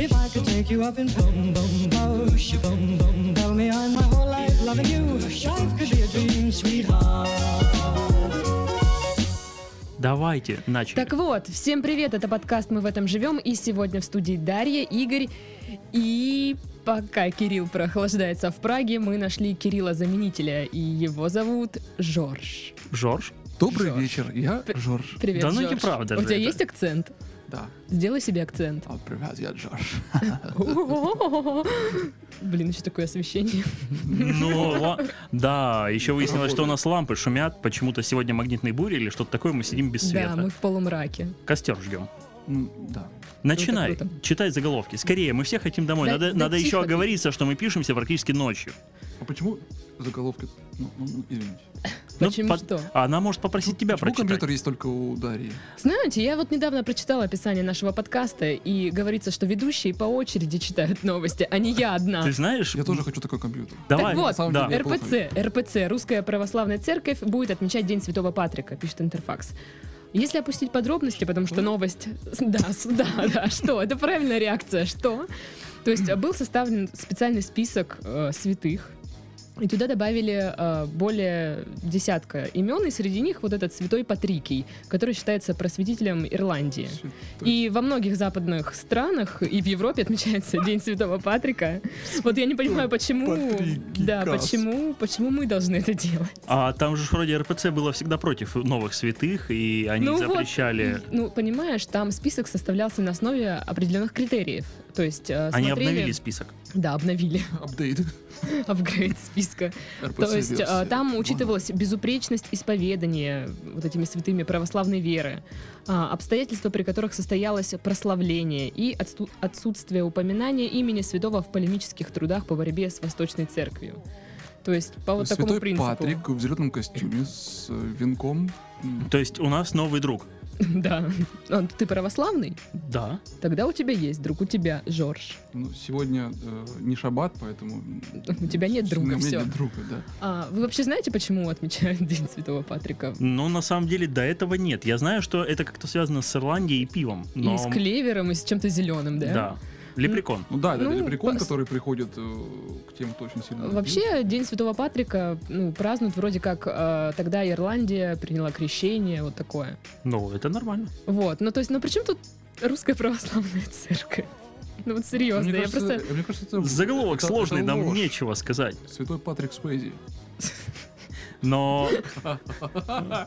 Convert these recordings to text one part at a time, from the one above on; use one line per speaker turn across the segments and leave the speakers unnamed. pick you up in boom, boom, bosh, boom, boom. Tell me I'm my whole life loving you. Life could be a dream, sweetheart.
Давайте, начали.
Так вот, всем привет, это подкаст «Мы в этом живем» и сегодня в студии Дарья, Игорь и... Пока Кирилл прохлаждается в Праге, мы нашли Кирилла-заменителя, и его зовут Жорж.
Жорж?
Добрый вечер, я Жорж.
Привет,
Да ну
Жорж.
неправда
У
же
тебя
это.
есть акцент?
Да.
Сделай себе акцент.
А, привет, я Жорж.
Блин, еще такое освещение.
Ну, ла- да, еще выяснилось, что у нас лампы шумят, почему-то сегодня магнитные бури или что-то такое, мы сидим без
Да, мы
света.
в полумраке.
Костер ждем.
М, Ну, Да.
Начинай,
круто.
читай заголовки. Скорее, мы все хотим домой.
Да-
Надо,
да
надо
тихо
еще
ты.
оговориться, что мы пишемся практически ночью.
А почему заголовки... Ну, ну, ну, извините. Ну,
Ну,
Почему
под-
что?
а Она может попросить тебя
Почему
прочитать.
компьютер есть только у Дарьи?
Знаете, я вот недавно прочитала описание нашего подкаста, и говорится, что ведущие по очереди читают новости, а не я одна.
Ты знаешь?
Я тоже хочу такой компьютер.
Давай.
Так вот,
На самом
да.
деле, я плохо
РПЦ, РПЦ, Русская Православная Церковь, будет отмечать День Святого Патрика, пишет Интерфакс. Если опустить подробности, потому что новость... Да, с- да, да, что? Это правильная реакция, что? То есть э, был составлен специальный список э, святых, и туда добавили э, более десятка имен, и среди них вот этот святой Патрикий, который считается просветителем Ирландии.
Всё, то есть
И во многих западных странах и в Европе отмечается День Святого Патрика. Вот я не понимаю, почему,
Патрикикас.
да, почему, почему мы должны это делать.
А там же ж вроде РПЦ было всегда против новых святых, и они
Ну вот,
запрещали.
Ну, понимаешь, там список составлялся на основе определенных критериев. То есть э,
Они
смотрели-
обновили список.
Да, обновили
Апдейт.
апгрейд списка.
РПЦ
То есть э,
версия.
там
Вау.
учитывалась безупречность исповедания вот этими святыми православной веры, а, обстоятельства, при которых состоялось прославление и отсту- отсутствие упоминания имени святого в полемических трудах по борьбе с Восточной Церковью. То есть по вот такому
Святой
принципу.
Патрик в зеленом костюме с э, венком. М,
То есть у нас новый друг.
Да. А, Ты православный?
Да.
Тогда у тебя есть друг, у тебя Жорж.
Ну, сегодня э, не шаббат, поэтому...
У тебя нет друга,
У меня
всё.
нет друга, да.
А, вы вообще знаете, почему отмечают День Святого Патрика?
Но Ну, на самом деле до этого нет. Я знаю, что это как-то связано с Ирландией и пивом. Но...
И с клевером, и с чем-то зеленым, да?
Да. Лепрекон.
Ну да, это
Ну,
лепрекон,
пос-
который приходит э, к тем, кто очень сильно... напился.
Вообще, День Святого Патрика ну, празднуют вроде как э, тогда Ирландия приняла крещение, вот такое.
Ну, это нормально.
Вот, ну то есть, ну при чем тут русская православная церковь? Ну вот серьезно,
Мне
я
кажется,
просто...
э, мне кажется, это-
Заголовок
это-
сложный,
это
нам
ложь.
нечего сказать.
Святой Патрик Спейзи.
Но...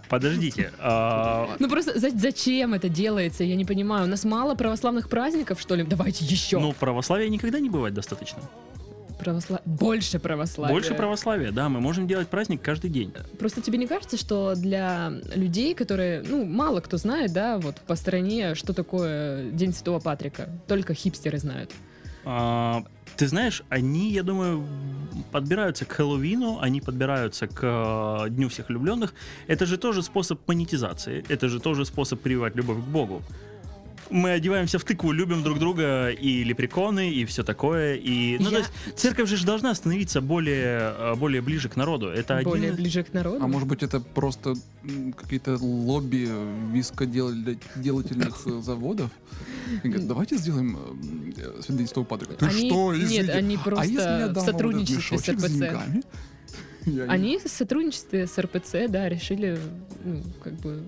Подождите. а,
Ну просто за- зачем это делается, я не понимаю. У нас мало православных праздников, что ли? Давайте еще.
Ну, православия никогда не бывает достаточно.
Правосла- Больше православия.
Больше православия, да, мы можем делать праздник каждый день.
Просто тебе не кажется, что для людей, которые, ну, мало кто знает, да, вот по стране, что такое День Святого Патрика? Только хипстеры знают.
А, Ты знаешь, они, я думаю, подбираются к Хэллоуину, они подбираются к э, Дню всех влюбленных. Это же тоже способ монетизации, это же тоже способ прививать любовь к Богу. Мы одеваемся в тыкву, любим друг друга и лепреконы, и все такое. И, ну,
Я-
то есть, церковь же ж должна становиться более, э, более ближе к народу. Это один
Более
из-
ближе к народу.
А может быть это просто м, какие-то лобби вискоделательных э, заводов? И говорят, давайте сделаем э, э, Святого Святого Патрика. Ты
Они-
что,
нет,
извините,
они
а если
просто в
я дам вам этот
сотрудничестве с
мешочек
РПЦ?
деньгами?» Я не-
Они в сотрудничестве с РПЦ, да, решили, ну, как бы,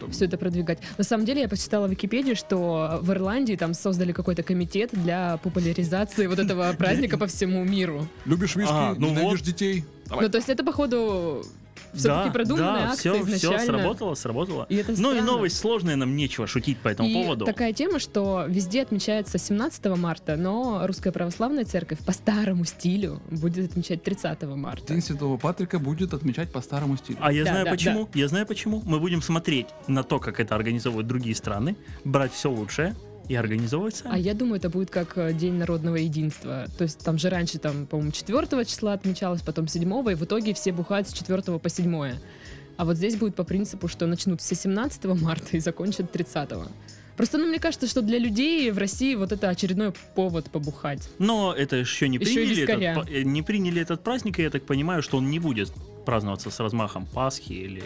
Там-
все это продвигать. На самом деле, я почитала в Википедии, что в Ирландии там создали какой-то комитет для популяризации вот этого праздника по всему миру.
Любишь виски,
А, ну
ненавидишь
вот.
детей?
Ну, то есть это, походу, все-таки
Да,
продуманная
да,
акция
все,
изначально.
все сработало, сработало.
И это
Ну и
странно.
новость сложная, нам нечего шутить по этому
И
поводу.
такая тема, что везде отмечается 17 марта, но Русская Православная Церковь по старому стилю будет отмечать 30 марта.
День Святого Патрика будет отмечать по старому стилю.
А я
Да,
знаю
да,
почему. Я знаю почему. Мы будем смотреть на то, как это организовывают другие страны, брать все лучшее и организовывать
А
сами.
я думаю, это будет как э, День народного единства. То есть там же раньше, там, по-моему, 4 числа отмечалось, потом 7, и в итоге все бухают с 4 по 7. А вот здесь будет по принципу, что начнут все 17 марта и закончат 30. Просто, ну, мне кажется, что для людей в России вот это очередной повод побухать.
Но это еще не
Ещё и
приняли,
вискаря.
этот, па- э, не приняли этот праздник, и я так понимаю, что он не будет праздноваться с размахом Пасхи или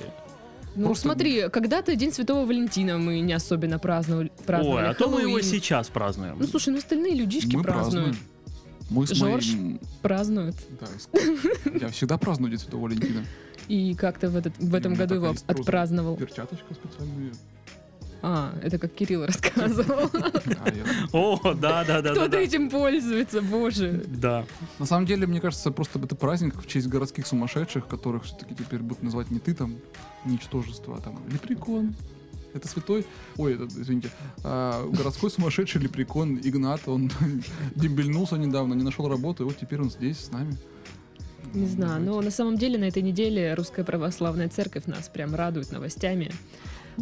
Ну,
Просто-
смотри, когда-то День Святого Валентина мы не особенно праздновали. праздновали.
Ой, а то мы его
Хэллоуин.
сейчас празднуем.
Ну, слушай, ну остальные людишки
Мы
празднуют.
празднуем. Мы с
Жорж?
моим...
Празднуют.
Да, иск- Я всегда праздную День Святого Валентина.
И как-то в, этот, в этом
меня
году
такая
его
есть роза.
отпраздновал.
Перчаточка специальная.
А, это как Кирилл рассказывал.
Да, я-
О, да, да, да, да.
Кто-то
да.
этим пользуется, боже.
Да.
На самом деле, мне кажется, просто это праздник в честь городских сумасшедших, которых все-таки теперь будут называть не ты там, ничтожество, а там лепрекон. Это святой, ой, это, извините, а, городской сумасшедший лепрекон Игнат, он дебильнулся недавно, не нашел работу, и вот теперь он здесь с нами. Ну,
Не знаю, ну, но
Давайте.
на самом деле на этой неделе Русская Православная Церковь нас прям радует новостями.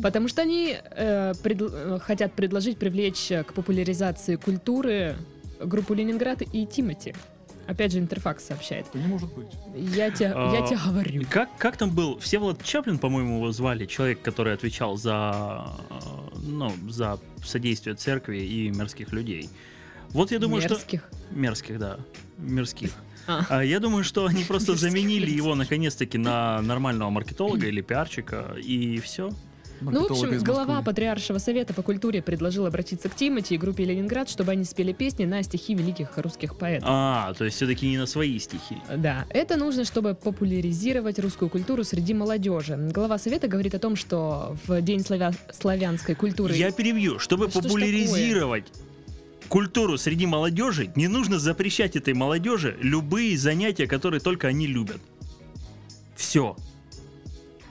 Потому что они э, предл- э, хотят предложить привлечь э, к популяризации культуры группу Ленинград и Тимати. Опять же, Интерфакс сообщает.
Да не может быть.
Я тебе я
А,
тебе говорю.
И Как, как там был? Всеволод Чаплин, по-моему, его звали, человек, который отвечал за, э, ну, за содействие церкви и мирских людей. Вот я думаю, что...
Мерзких.
Мерзких, да. Мирских.
А.
А, я думаю, что они просто
Мирских
заменили
людей.
его наконец-таки на нормального маркетолога или пиарчика, и все.
Ну, в
Маркетолога
общем,
из
глава
Москвы.
Патриаршего совета по культуре предложил обратиться к Тимати и группе Ленинград, чтобы они спели песни на стихи великих русских поэтов.
А, то есть все-таки не на свои стихи.
Да, это нужно, чтобы популяризировать русскую культуру среди молодежи. Глава совета говорит о том, что в День славя- славянской культуры...
Я перебью. Чтобы
Да что ж
популяризировать культуру среди молодежи, не нужно запрещать этой молодежи любые занятия, которые только они любят. Все.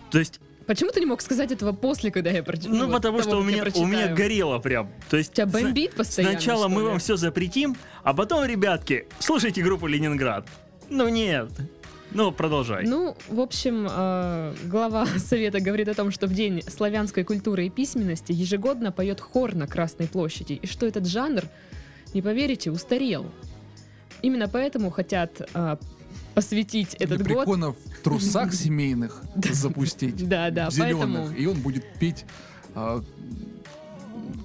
То есть,
Почему ты не мог сказать этого после, когда я прочитала?
ну потому что у меня, у меня горело прям. То есть,
Тебя
зна-
бомбит постоянно,
сначала
что
мы
ли?
вам все запретим, а потом, ребятки, слушайте группу Ленинград. Ну нет. Ну, продолжай.
Ну, в общем, э, глава совета говорит о том, что в день славянской культуры и письменности ежегодно поет хор на Красной площади, и что этот жанр, не поверите, устарел. Именно поэтому хотят э, посвятить этот год.
Лепрекона в трусах семейных запустить.
Да, да,
Зеленых. И он будет петь а,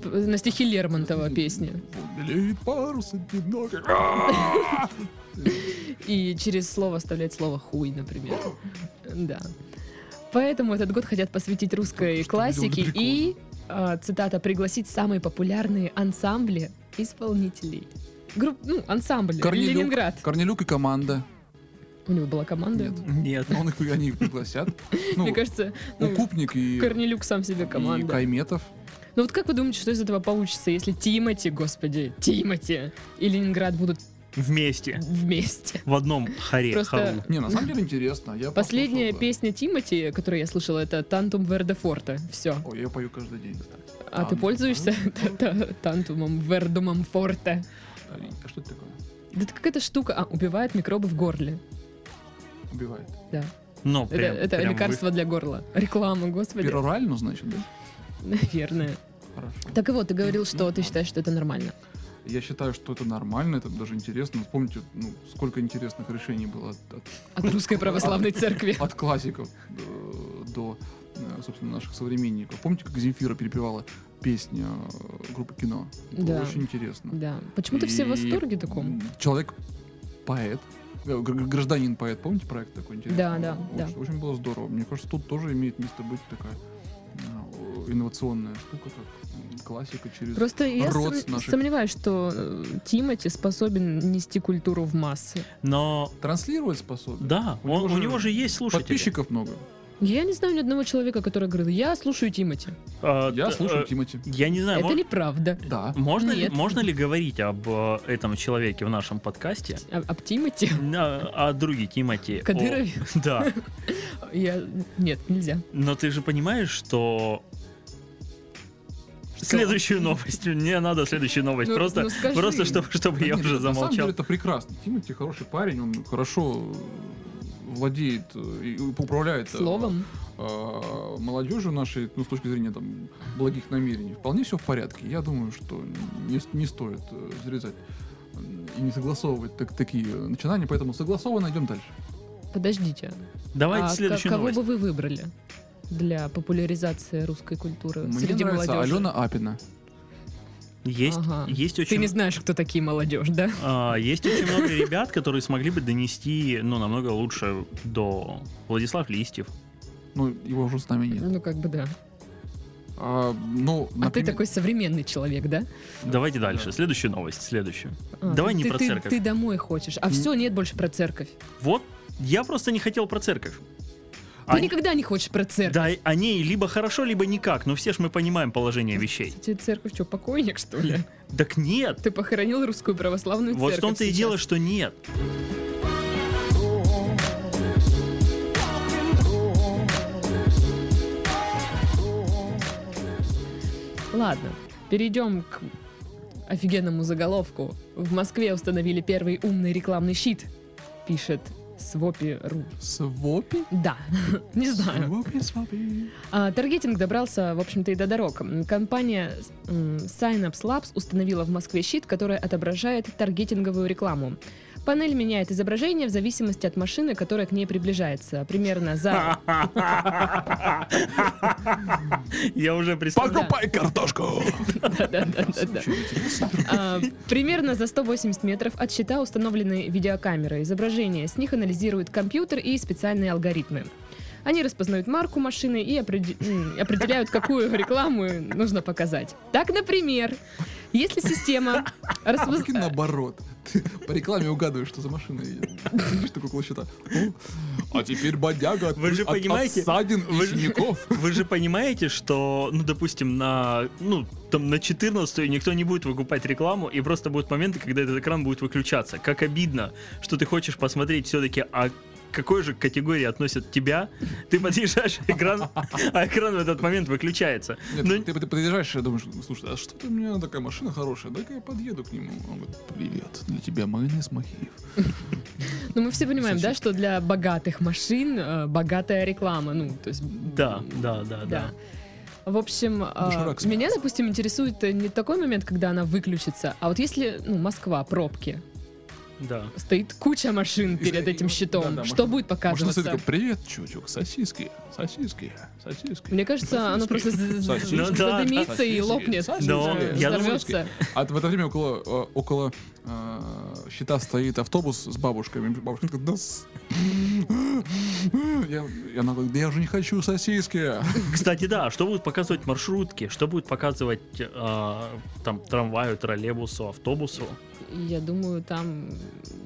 поэтому п- на стихи Лермонтова песни.
«Белеет парус одинокий».
И через слово вставлять слово хуй, например. Да. Поэтому этот год хотят посвятить русской
Чтоб- чтоб люди
классике
были
и, а, цитата, пригласить самые популярные ансамбли исполнителей. Групп, ну, ансамбль
Корнелюк.
Ленинград.
Корнелюк и команда.
У него была команда.
Нет. Ну,
Нет.
Он их, они их пригласят. Ну,
Мне кажется, ну,
Укупник и,
Корнелюк сам себе
и
команда.
Кайметов.
Ну вот как вы думаете, что из этого получится, если Тимати, господи, Тимати и Ленинград будут
Вместе.
вместе?
В одном хоре.
Просто
хору.
Не, на самом деле интересно. Я
Последняя
послушал, да.
песня Тимати, которую я слышала, это «Тантум Вердефорта». Все.
Ой, я пою каждый день. кстати.
А ты
Тантум.
пользуешься та- та- тантумом, вердумом форте?
А что это такое?
Да это какая-то штука, а, убивает микробы в горле.
Убивает.
Да.
Ну,
Это-
прям-
это
прям
лекарство для горла. Реклама, господи.
Перорально, значит, да?
Наверное.
Хорошо.
Так и вот, ты говорил, что
Ну,
ты
ладно.
считаешь, что это нормально.
Я считаю, что это нормально, это даже интересно. Вспомните, ну, сколько интересных решений было от, от-
От русской православной церкви.
от классиков э, до, э, собственно, наших современников. Помните, как Земфира перепевала песню э, группы кино? Было
Да.
очень интересно.
Да. Почему-то все в
И,
восторге таком.
м, Человек поэт. э, г- г- Гражданин поэт, помните проект такой интересный?
Да, да,
Очень-
да.
Очень, было здорово. Мне кажется, тут тоже имеет место быть такая э, инновационная штука, как м, классика через...
Просто я
род
сом-
наших-
сомневаюсь, что э, Тимати способен нести культуру в массы.
Но
Транслировать способен.
Да,
У
он-
него
у,
же
него же есть слушатели.
Подписчиков много.
Я не знаю ни одного человека, который говорил, я слушаю Тимати.
А,
Я
т-
слушаю
э,
Тимати.
Я не знаю,
Это
мож-
неправда.
Да.
можно, ли,
Нет.
можно ли говорить об э, этом человеке в нашем подкасте?
А- Об Тимати?
На- О друге Тимати. О-
Кадырове?
да.
Я... Нет, нельзя.
Но ты же понимаешь, что...
Что?
Следующую новость. Мне надо следующую новость.
Ну,
просто,
ну скажи.
просто чтобы, чтобы я
Конечно,
уже
На самом деле
замолчал.
это прекрасно. Тимати хороший парень, он хорошо э, владеет э, и управляет э,
Словом.
э, молодежью нашей, ну, с точки зрения там благих намерений. Вполне все в порядке. Я думаю, что не, с- не стоит э, зарезать э, и не согласовывать так- такие начинания, поэтому согласованно идем дальше.
Подождите.
Давайте
а
следующую
ко- кого
новость.
бы вы выбрали для популяризации русской культуры
Мне
Э, среди
нравится
молодежи?
Алена Апина.
Есть,
Ага.
есть
Ты
очень...
не знаешь, кто такие молодежь, да?
А, Есть очень много ребят, которые смогли бы донести, ну, намного лучше до Владислав Листьев.
Ну, его уже с нами нет.
Ну, как бы да.
А, ну,
А ты
например-
такой современный человек, да?
Давайте дальше. Следующая новость. Следующую.
А,
Давай не
ты-
про
ты-
церковь.
Ты домой хочешь, а все, нет больше про церковь.
Вот я просто не хотел про церковь.
Ты
Они-
никогда не хочешь про церковь.
Да, о ней либо хорошо, либо никак, но все ж мы понимаем положение вещей.
Тебе церковь что, покойник, что ли?
Так нет.
Ты похоронил русскую православную
Вот
церковь
в том-то и
сейчас.
дело, что нет.
Ладно, перейдем к офигенному заголовку. В Москве установили первый умный рекламный щит, пишет Свопи.ру.
Свопи?
Да, не знаю.
Свопи, свопи.
А, Таргетинг добрался, в общем-то, и до дорог. М, Компания м, Synapse Labs установила в Москве щит, который отображает таргетинговую рекламу. Панель меняет изображение в зависимости от машины, которая к ней приближается. Примерно за...
Я уже представляю.
Покупай картошку!
Да-да-да-да-да. А, Примерно за 180 метров от щита установлены видеокамеры. Изображения с них анализирует компьютер и специальные алгоритмы. Они распознают марку машины и опреде- м, определяют, какую рекламу нужно показать. Так, например, если система
А
распоз-
прикинь, наоборот. Ты по рекламе угадываешь, что за машина едет. Видишь, такой около щита. О, а теперь бодяга от,
Вы же
от- от
понимаете-
ссадин и
вы же-
синяков.
Вы же понимаете, что, ну, допустим, на, ну, там, на 14 никто не будет выкупать рекламу, и просто будут моменты, когда этот экран будет выключаться. Как обидно, что ты хочешь посмотреть все-таки, а к какой же категории относят тебя? Ты подъезжаешь, экран, а экран в этот момент выключается.
Нет,
Ну,
ты, ты подъезжаешь и думаешь, слушай, а что-то у меня такая машина хорошая, дай-ка я подъеду к нему. Он говорит, привет, для тебя майонез Махеев.
Ну, мы все понимаем, да, что для богатых машин э, богатая реклама. Ну, то есть...
Да, да, да, да.
Да. В общем, а,
Доширак
меня, допустим, интересует э, не такой момент, когда она выключится, а вот если, ну, Москва, пробки,
Да.
стоит куча машин
И-
перед
и-
этим
и-
щитом,
да-да,
что
машина-
будет
Машина
показываться?
стоит такая, привет, чучук, сосиски, сосиски, сосиски.
Мне кажется, оно просто з- з-
Сосиски.
Ну да,
задымится
да.
и лопнет.
Сосиски.
Да,
э,
я думаю,
взорвётся.
А в это время около, э, около э, щита стоит автобус с бабушками. Бабушка такая, да с- я, и она говорит, да я уже не хочу сосиски.
Кстати, да, что будут показывать маршрутки, что будет показывать а, там трамваю, троллейбусу, автобусу.
Я думаю, там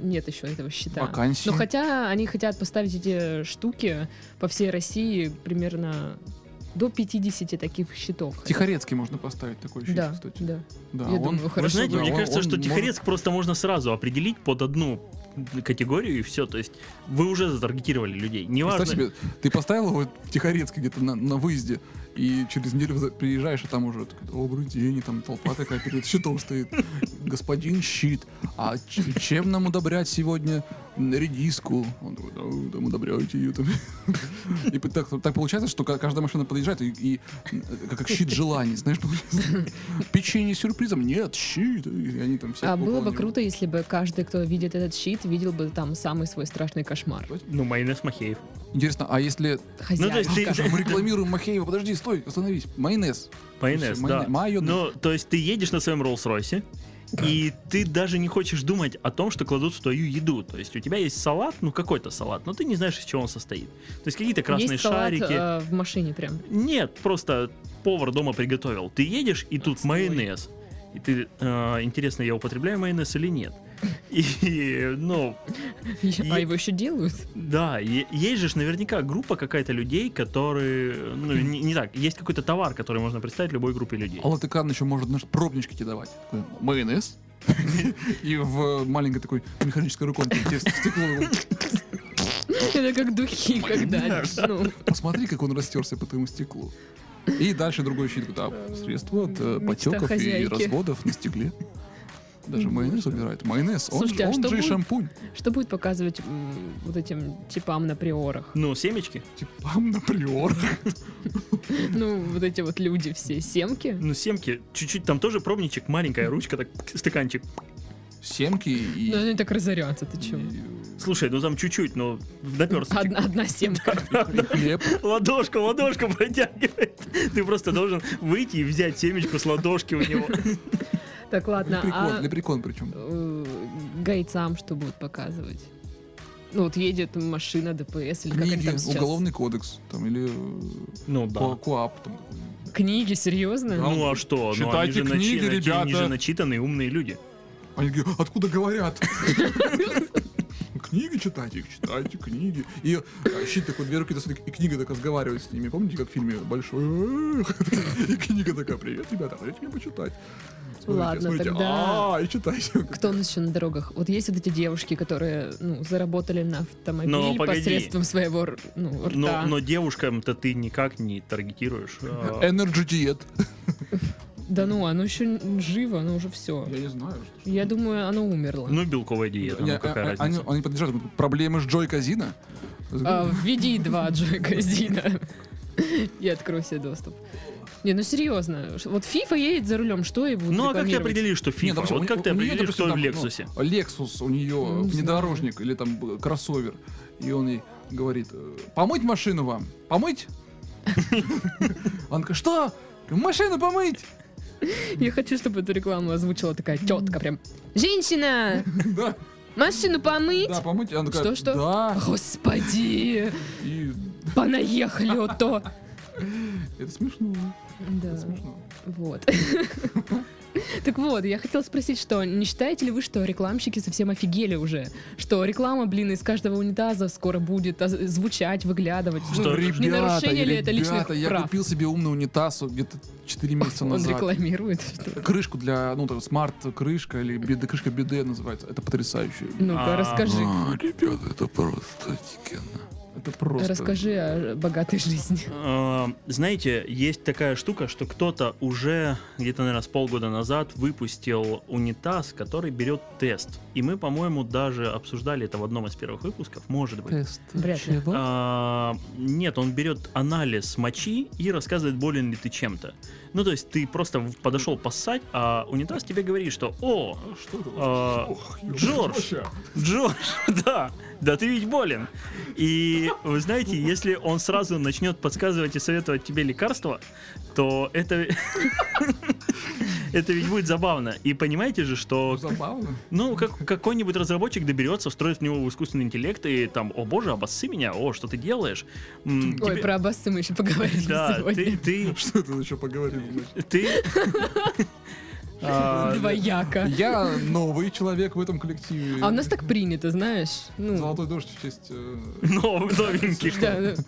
нет еще этого счета.
Вакансии.
Но хотя они хотят поставить эти штуки по всей России примерно до 50 таких счетов.
Тихорецкий можно поставить такой щит,
Да,
кстати.
да.
Да,
Я думаю,
Вы
хорошо.
знаете,
да,
мне
он-
кажется,
он
что
может-
Тихорецк просто можно сразу определить под одну категорию и все. То есть вы уже затаргетировали людей.
Представь
Неважно.
себе, ты поставил его в Тихорецке где-то на, на выезде, и через неделю за- приезжаешь, а там уже такой, добрый день, и там толпа такая перед щитом стоит. Господин щит, а ч- чем нам удобрять сегодня редиску? Он такой, да, там удобряйте ее. Там. И так, так получается, что ка- каждая машина подъезжает, и, и э, как, как щит желаний, знаешь, получается. Печенье с сюрпризом, нет, щит. И они там все
А было
около
бы
него.
круто, если бы каждый, кто видит этот щит, видел бы там самый свой страшный кошмар.
Ну, майонез Махеев.
Интересно, а если
Хозяин.
то есть ты-
скажем, мы рекламируем Махеева, подожди, стой, остановись, майонез.
Майонез,
Слушай,
да.
майонез- майонез.
Ну, то есть ты едешь на своем Роллс-Ройсе, и ты даже не хочешь думать о том, что кладут в твою еду. То есть у тебя есть салат, ну какой-то салат, но ты не знаешь, из чего он состоит. То есть какие-то красные
Есть салат,
шарики.
э, в машине прям.
Нет, просто повар дома приготовил. Ты едешь, и тут
Отстой.
майонез. И ты, э, интересно, я употребляю майонез или нет? И, ну,
А его еще делают?
да, е- есть же ж наверняка группа какая-то людей, которые, ну, не, не так, есть какой-то товар, который можно представить любой группе людей.
Алла Тыкан еще может наши пробнички тебе давать. Такой, майонез. И в э, маленькой такой механической рукой он тебе в стекло. его,
Это как духи, когда... ну,
Посмотри, как он растерся по твоему стеклу. И дальше другой щит. Да, средство от э,
Мечта
потеков и
хозяйки.
разводов на стекле. Даже майонез убирает. Майонез, он,
Слушайте, а
он
что
же и
будет?
шампунь.
Что будет показывать м, вот этим типам на приорах?
Ну, семечки?
Типам Типа, на приор.
Ну, вот эти вот люди все, семки.
Ну, семки, чуть-чуть, там тоже пробничек, маленькая ручка, так, стаканчик.
Семки и...
Ну, они так разорятся, ты чего?
и
Слушай, ну там чуть-чуть, но наперсточек.
Одна, одна семка.
хлеб.
Ладошка, ладошка протягивает. Ты просто должен выйти и взять семечку с ладошки у него.
Так, ладно,
Лепрекон,
а
лепрекон причем.
э, гайцам что будут показывать? Ну вот едет машина ДПС или как они
Книги,
там сейчас?
уголовный кодекс, там, или э,
Ну да.
Ку- Куап там.
Книги, серьезно?
Да.
Ну а что? ну, они
Читайте
же начи-
книги,
начи- Они
ребята.
же начитанные умные люди.
Они такие, откуда говорят? Книги читайте, читайте книги. И э, щит такой, две руки, достает, и книга так разговаривает с ними. Помните, как в фильме «Большой?» И книга такая, привет, ребята, хотите мне почитать? Смотрите,
Ладно,
смотрите,
тогда-
а и читайте.
Кто у нас еще на дорогах? Вот есть вот эти девушки, которые ну, заработали на автомобиль
Но погоди.
посредством своего р- ну, рта.
Но, но девушкам-то ты никак не таргетируешь. А,
Energy Diet.
Да ну, оно еще н- живо, оно уже все.
Я не знаю. что-
Я думаю, оно умерло.
Ну, белковая диета,
Не,
ну какая
а- а- Они
разница.
они подъезжают, говорят, проблемы с Джой Казино?
А, введи два Джека Зина. Я открою себе доступ. Не, ну серьезно. ш- Вот FIFA едет за рулем, что и будут
Ну, а как ты
рекламировать?
определишь, что FIFA?
Не, допустим,
вот
у-
как ты
у неё,
определишь, кто
допустим,
в
там, ну,
Лексусе?
Lexus у нее
Ну, не
внедорожник или там б- кроссовер. И он ей говорит, э, помыть машину вам? Помыть? Он говорит, что? Машину помыть!
Я хочу, чтобы эту рекламу озвучила такая тетка прям. Женщина!
Да,
Машину помыть?
да, помыть. Она такая,
Что, что?
Да.
Господи!
И
Понаехали то!
это смешно.
Да,
Это смешно.
вот. Так вот, я хотела спросить, что не считаете ли вы, что рекламщики совсем офигели уже? Что реклама, блин, из каждого унитаза скоро будет а, звучать, выглядывать.
Что
Ну,
это ж
не нарушение ли это личных
ребята, я
прав?
купил себе умный унитаз где-то 4 месяца
Он
назад.
рекламирует, что ли?
Крышку для, ну, там, смарт-крышка или биде- крышка биде называется. Это потрясающе.
Ну-ка,
А,
расскажи.
ну, ребята, это просто офигенно. Это просто.
Расскажи о богатой жизни.
Э, Знаете, есть такая штука, что кто-то уже где-то, наверное, с полгода назад выпустил унитаз, который берет тест. И мы, по-моему, даже обсуждали это в одном из первых выпусков, может быть.
Тест.
Вряд ли.
чего?
А, нет, он берет анализ мочи и рассказывает, болен ли ты чем-то. Ну, то есть ты просто в- подошел поссать, а унитаз тебе говорит, что «О,
Что это?
а,
Ох, ёбаный
Джордж.
вообще.
Джордж, да, да ты ведь болен». И вы знаете, если он сразу начнет подсказывать и советовать тебе лекарства, то это... Это ведь будет забавно. И понимаете же, что
Забавно.
ну, как, какой-нибудь разработчик доберется, встроит в него искусственный интеллект и там, о боже, обоссы меня, о, что ты делаешь? М,
Ой,
тебе-
про Аббаса мы еще поговорим
Да, ты,
сегодня.
ты,
Что это еще поговорим? значит?
ты... а,
Двояко.
Я новый человек в этом коллективе.
А у нас так принято, знаешь. Ну,
Золотой дождь в честь... э,
нов- Новеньких.
да, ну,
а
для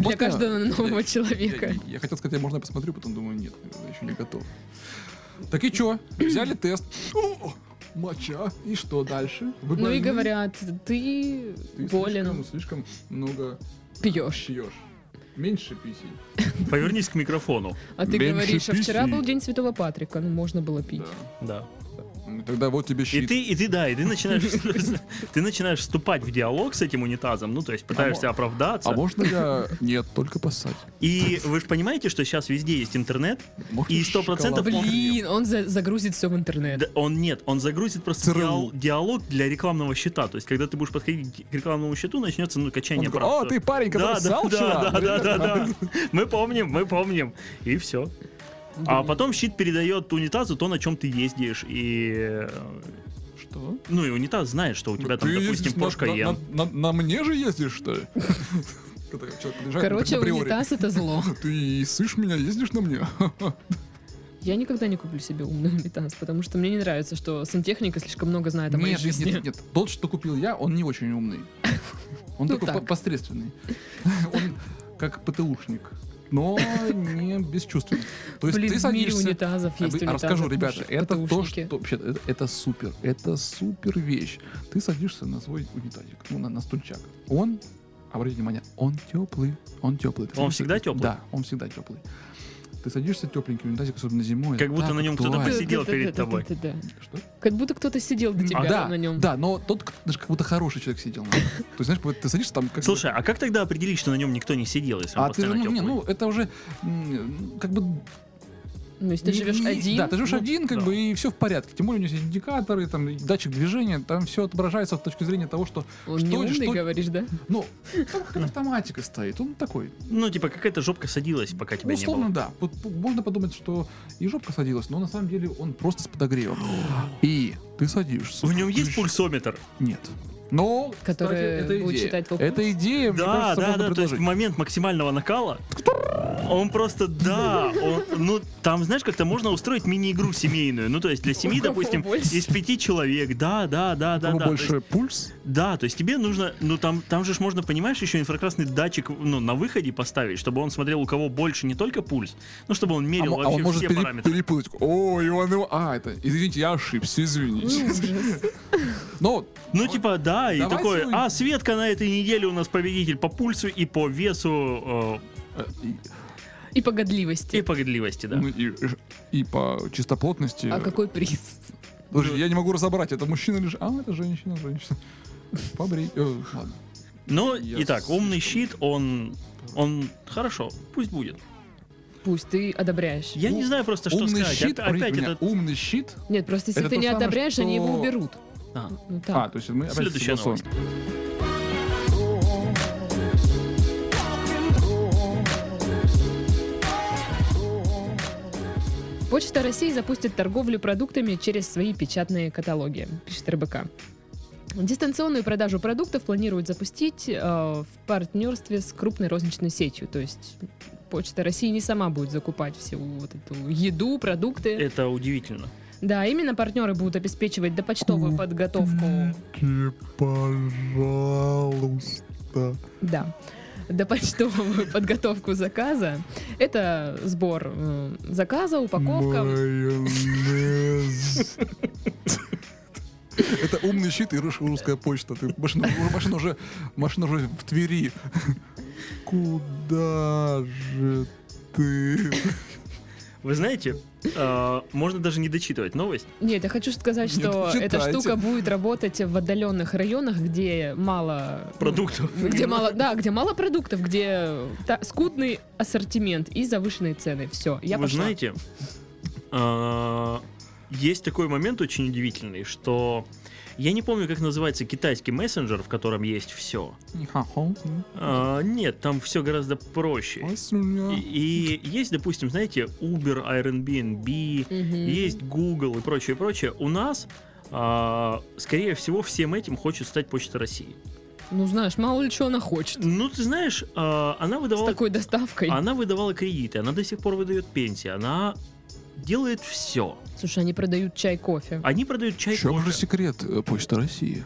можно-
каждого нового
Я,
человека.
я- я хотел сказать, я можно я посмотрю, потом думаю, нет, наверное, еще не готов. Так и чё? Взяли тест. О, моча. И что дальше? Вы
Ну и
больны?
говорят, ты
Ты
болен,
слишком, слишком много
пьешь.
шьешь. Меньше писей.
Повернись к микрофону.
А ты
Меньше
говоришь, а вчера
писи.
был день Святого Патрика, ну можно было пить.
Да.
Да.
Ну, Тогда вот тебе
И
щит.
ты, и ты, да, и ты начинаешь, ты начинаешь вступать в диалог с этим унитазом, ну, то есть пытаешься оправдаться.
А можно я... Нет, только поссать.
И вы же понимаете, что сейчас везде есть интернет,
Можно
И 100%
шоколад?
Блин, он за- загрузит все в интернет.
Да, он нет, он загрузит просто
ЦРУ.
диал- диалог для рекламного счета. То есть, когда ты будешь подходить к рекламному счету, начнется ну,
Он
качание
такой,
прав.
О, ты парень, который
да, да,
ссал вчера?»
да, да, да, да, да. Мы помним, мы помним. И все.
Ну,
А потом щит передает унитазу то, на чем ты ездишь. И. э,
Что?
Ну и унитаз знает, что у тебя там,
Ты
допустим,
ездишь на-
Porsche
на-
Cayenne.
на- на- На мне же ездишь, что ли? Когда человек подъезжает, ну,
Короче,
так на приоре.
унитаз это зло.
Ты сышь меня, ездишь на мне?
Я никогда не куплю себе умный унитаз, потому что мне не нравится, что сантехника слишком много знает о моей
Нет, нет,
жизни.
нет, нет. Тот, что купил я, он не очень умный. Он
Ну
такой
так.
по- посредственный. Он как ПТУшник, но не бесчувственный. То есть
Блин,
ты
в мире
садишься...
унитазов
Я
есть
бы-
унитазы.
а расскажу, ребята,
потому
это то,
ПТУшники.
что вообще это, это супер, это супер вещь. Ты садишься на свой унитазик, ну на, на стульчак. Он, обратите внимание, он теплый, он теплый. Ты
Он
садишься-
всегда теплый?
Да, он всегда теплый. Ты садишься тепленький унитазик, особенно зимой.
Как
это
будто
так
на нем кто-то
актуально.
посидел. сидел перед тобой.
Да-да-да-да-да-да.
Что?
Как будто кто-то сидел до
А,
тебя
да,
на нем.
да, но тот, к- знаешь, как будто хороший человек сидел. на нем. То есть, знаешь, как будто ты садишься там как
Слушай, а как тогда определить, что на нем никто не сидел, если он
а ты же,
постоянно
ну, не,
теплый?
ну, это уже м, как бы
Ну, если ты
Не-
живешь
не-
один,
Да, ты живешь
ну,
один, как
да.
бы, и все в порядке. Тем более у него есть индикаторы, там, и датчик движения, там все отображается с точки зрения того, что,
он
что,
не умный,
что-
говоришь, да?
ну, там какая-то автоматика стоит, он такой.
Ну, типа, какая-то жопка садилась, пока тебя не
условно,
было.
да. Вот п- можно подумать, что и жопка садилась, но на самом деле он просто с подогревом. и ты садишься.
В нем есть
включ-
пульсометр?
Нет. Но,
которые
кстати, это
будут
идея.
читать Вулкан.
Это идея, мне
Да,
кажется,
да, да,
можно
то есть в
предложить.
момент максимального накала он просто, да, он- ну, там, знаешь, как-то можно устроить мини-игру семейную, ну, то есть для семьи,
У кого
допустим,
больше.
из пяти человек, да, да, да, да,
У кого
да, то есть-
больше пульс.
Да, то есть тебе нужно, ну там, там же ж можно, понимаешь, еще инфракрасный датчик ну, на выходе поставить, чтобы он смотрел, у кого больше не только пульс, но чтобы он
А,
мерил
мо- а
вообще
он может
все
пере-
параметры.
перепутать. О, Иван Иван- А, это, извините, я ошибся, извините.
Ужас.
Но
Ну, типа, да, и
Давайте
такое,
вы-
а, Светка на этой неделе у нас победитель по пульсу и по весу
э, и-
И по
э, и
годливости.
по годливости, да.
ну, и и по чистоплотности.
А какой приз?
Подожди, я не могу разобрать, это мужчина или же... А, это женщина, женщина. Побрить. Э, ладно.
Но,
я
Ну, итак, умный щит, он, он, хорошо, пусть будет.
Пусть ты одобряешь.
Я не
Ну,
знаю просто, что
Умный
сказать.
щит,
Опя- опять
погодите, у меня
это...
умный щит.
Нет, просто если
Это
ты
то
не
самое,
одобряешь, они его
что-
уберут.
А.
Ну
А,
так.
то есть мы опять
Следующая
согласованы.
новость.
Почта России запустит торговлю продуктами через свои печатные каталоги, пишет РБК. Дистанционную продажу продуктов планируют запустить э, в партнерстве с крупной розничной сетью. То есть Почта России не сама будет закупать всю вот эту еду, продукты.
Это удивительно.
Да, именно партнеры будут обеспечивать допочтовую подготовку.
Купите, пожалуйста.
Да. Допочтовую подготовку заказа. Это сбор э, заказа, упаковка.
Майонез. Это умный щит и рус- русская почта. Ты машина, машина уже, машина уже в Твери. Куда же ты?
Вы знаете, э, можно даже не дочитывать новость.
Нет, я хочу сказать,
Нет,
что эта
читайте.
штука будет работать в отдаленных районах, где мало
Продуктов.
Ну, Где мало, да, где мало продуктов, где та- скудный ассортимент и завышенные цены. Все, я
Вы
пошла.
знаете, а, есть такой момент очень удивительный, что я не помню, как называется китайский мессенджер, в котором есть все. нет, там все гораздо проще. И, и есть, допустим, знаете, Uber, Airbnb,
Мгм.
есть Google и прочее, прочее. У нас, а, скорее всего, всем этим хочет стать Почта России.
Ну знаешь, мало ли чего она хочет.
Ну, ты знаешь, а, она
С
выдавала
такой доставкой.
Она выдавала кредиты, она до сих пор выдает пенсии, она делает все.
Слушай, они продают чай, кофе.
Они продают чай
В чем
кофе.
же секрет э, Почты России?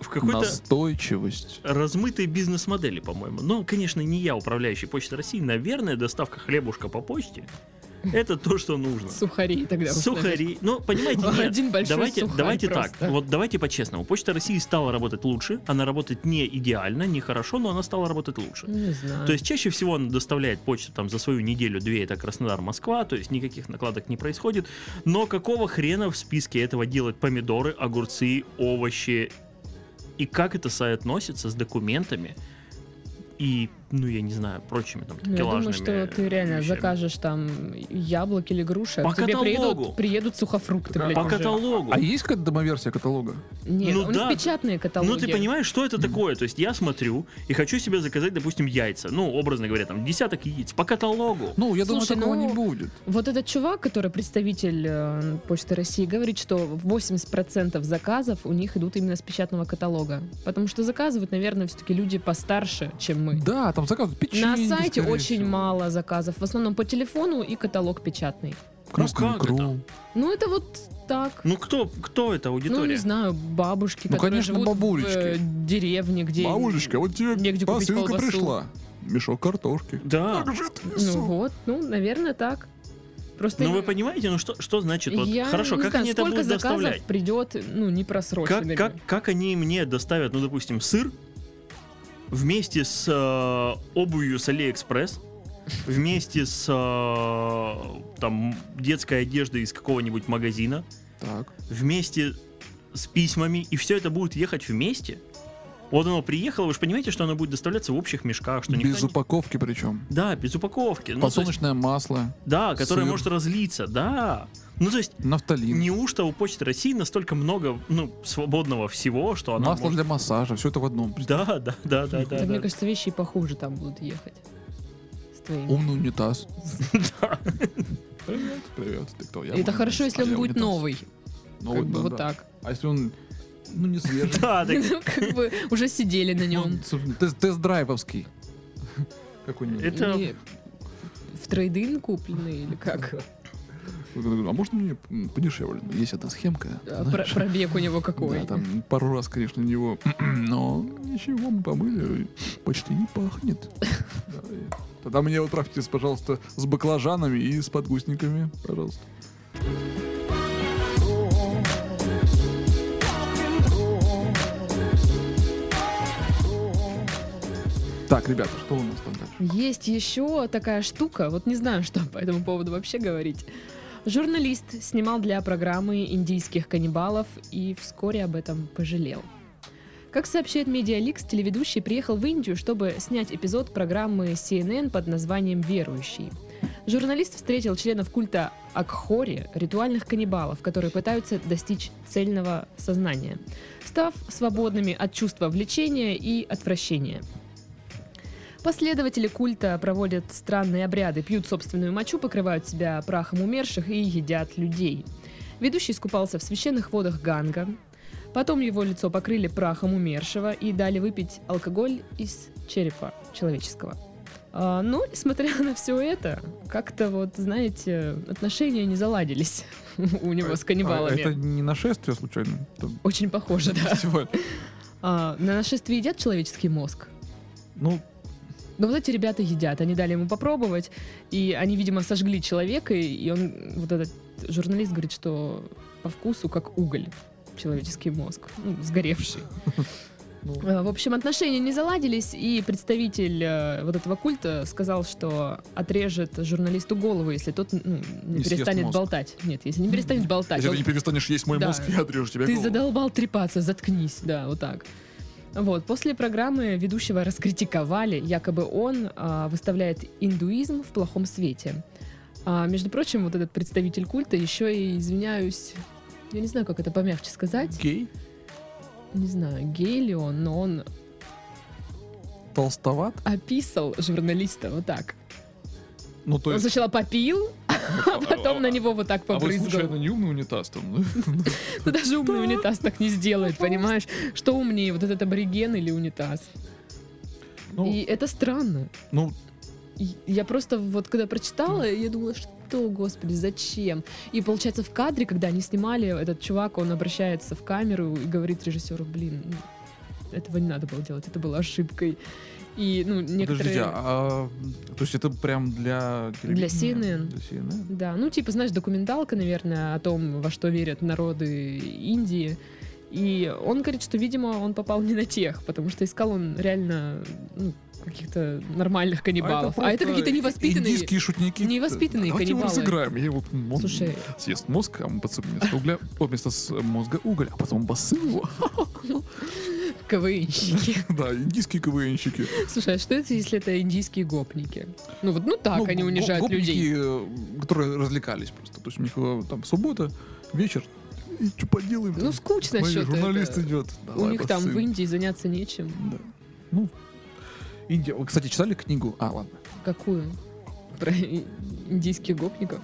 в какой-то
Настойчивость.
размытой бизнес-модели, по-моему. Но, конечно, не я, управляющий Почтой России. Наверное, доставка хлебушка по почте — это то, что нужно.
Сухари тогда.
А Сухари. Ну, понимаете, нет.
Один большой
давайте,
сухарь
давайте так.
просто.
Вот давайте по-честному. Почта России стала работать лучше. Она работает не идеально, не хорошо, но она стала работать лучше.
Ну, Не знаю.
То есть чаще всего она доставляет почту там за свою неделю-две, это Краснодар, Москва, то есть никаких накладок не происходит. Но какого хрена в списке этого делать помидоры, огурцы, овощи? И как это соотносится с документами? И, ну, я не знаю, прочими там
Ну, я думаю,
такелажными
что ты реально
вещами.
закажешь там яблоки или груши, а
По
к тебе
каталогу.
приедут, приедут сухофрукты, блядь,
По
уже.
каталогу.
А есть какая-то домоверсия каталога?
Нет,
Ну
у них
да.
печатные каталоги.
Ну, ты понимаешь, что это такое? То есть я смотрю и хочу себе заказать, допустим, яйца. Ну, образно говоря, там десяток яиц по каталогу.
Ну, я думаю,
Слушай,
такого
ну,
не будет.
Вот этот чувак, который представитель э, Почты России, говорит, что 80% заказов у них идут именно с печатного каталога. Потому что заказывают, наверное, все-таки люди постарше, чем мы.
Да, там заказывают
На
печеньки,
сайте
скорее
очень
всего.
мало заказов. В основном по телефону и каталог печатный.
Красный
Ну, как
икру.
это?
Ну, это вот так.
Ну, кто, кто это
Ну, не
аудитория?
знаю, бабушки,
Ну,
которые
конечно,
живут
бабулечки.
в э, деревне, где...
Бабулечка, вот тебе
негде купить
посылка
колбасу.
пришла. Мешок картошки.
Да.
Как же это
Ну
несу?
вот, ну, наверное, так. Просто
Ну вы понимаете, ну что, что значит? Вот,
я
хорошо,
не
как
знаю,
они это
сколько
будут
заказов
доставлять?
придет, ну, не просроченными.
Как, как, как они мне доставят, ну, допустим, сыр вместе с э, обувью с Алиэкспресс, вместе с э, там детской одеждой из какого-нибудь магазина,
Так.
вместе с письмами, и все это будет ехать вместе. Вот оно приехало, вы же понимаете, что оно будет доставляться в общих мешках, что никто
Без
не-
упаковки
Ну,
причем.
Да, без упаковки. Ну, то есть,
Подсолнечное масло,
да, которое
сыр.
может разлиться, да. Ну, то есть,
нафталин,
Неужто у Почты России настолько много ну, свободного всего, что она
масло
может-
для массажа, все это в одном.
Да, да, да, да,
Да,
да.
мне
да.
кажется, вещи и похуже там будут ехать. С твоими.
Умный унитаз.
Да.
Привет, привет. Ты кто? Я
Это
умный
хорошо,
унитаз.
если
А
он
я
будет
унитаз.
новый.
Новый,
как бы
Ну да,
вот
да.
так.
А если он ну не свежий.
Да, так
Ну, как бы уже сидели на
Ну,
нем.
собственно, тест- Тест-драйвовский. Э, Какой-нибудь.
Это-
И В трейдинг купленный или как?
Вот я говорю, А можно мне м, подешевле? Есть эта схемка.
А, про-
знаешь.
Пробег у него какой?
Да, там пару раз, конечно, у него, но ничего, мы помыли, почти не пахнет. Да, и- Тогда мне отправьтесь, пожалуйста, с баклажанами и с подгузниками, пожалуйста. Так, ребята, что у нас там дальше?
Есть еще такая штука, вот не знаю, что по этому поводу вообще говорить. Журналист снимал для программы индийских каннибалов и вскоре об этом пожалел. Как сообщает Медиаликс, телеведущий приехал в Индию, чтобы снять эпизод программы CNN под названием «Верующий». Журналист встретил членов культа Акхори, ритуальных каннибалов, которые пытаются достичь цельного сознания, став свободными от чувства влечения и отвращения. Последователи культа проводят странные обряды, пьют собственную мочу, покрывают себя прахом умерших и едят людей. Ведущий искупался в священных водах Ганга. Потом его лицо покрыли прахом умершего и дали выпить алкоголь из черепа человеческого. А, но, несмотря на все это, как-то вот, знаете, отношения не заладились у него с
А, это
каннибалами.
не нашествие, случайно? Там
Очень похоже, да.
фестиваль.
А, На нашествие едят человеческий мозг.
Ну,
Но вот эти ребята едят, они дали ему попробовать, и они, видимо, сожгли человека, и- и он, вот этот журналист говорит, что по вкусу как уголь человеческий мозг, ну, сгоревший.
ну,
Э, В общем, отношения не заладились, и представитель э, вот этого культа сказал, что отрежет журналисту голову, если тот ну, не,
Не съест
перестанет
мозг.
болтать. Нет, если не перестанет болтать.
если
он-
ты не перестанешь есть мой
Да.
мозг, я отрежу тебе
ты
голову.
задолбал трепаться, заткнись, да, вот так. Вот, после программы ведущего раскритиковали, якобы он а, выставляет индуизм в плохом свете. А, между прочим, вот этот представитель культа еще и, извиняюсь, я не знаю, как это помягче сказать,
Гей?
не знаю, гей ли он, но он
Толстоват?
описал журналиста вот так.
Ну, то
он
есть...
сначала попил, а потом на него вот так
А вы
побрызгал.
случайно не умный унитаз там?
Да даже умный унитаз так не сделает, понимаешь? Что умнее, вот этот абориген или унитаз? И
Ну,
это странно.
ну,
И Я просто вот когда прочитала, я думала, что, господи, зачем? И получается в кадре, когда они снимали, этот чувак, он обращается в камеру и говорит режиссеру, блин, ну, этого не надо было делать, это было ошибкой. И, ну,
подождите,
некоторые...
а... То есть это прям для... телевидения?
CNN.
Для CNN?
Да, ну, типа, знаешь, документалка, наверное, о том, во что верят народы Индии. И он говорит, что, видимо, он попал не на тех, потому что искал он реально ну, каких-то нормальных каннибалов. А это,
просто
какие-то невоспитанные...
Индийские шутники.
невоспитанные
Давайте его
каннибалы.
разыграем. Я его, м, он
Слушай,
съест мозг, а мы подсыпем вместо угля, о, вместо с- мозга уголь, а потом басым его.
КВНщики.
Да, индийские КВНщики.
Слушай, а что это, если это индийские гопники? Ну вот, ну так,
Ну,
они
го-
унижают
гопники,
людей.
э, которые развлекались просто. То есть у них э, там суббота, вечер, и что поделаем?
Ну
там?
скучно
Смотри,
что-то.
журналист
это.
идет.
У
давай
них там
басым.
в Индии заняться нечем.
Да. Ну, Индия. Вы, кстати, читали книгу? А, ладно.
Какую? Про и- индийских гопников?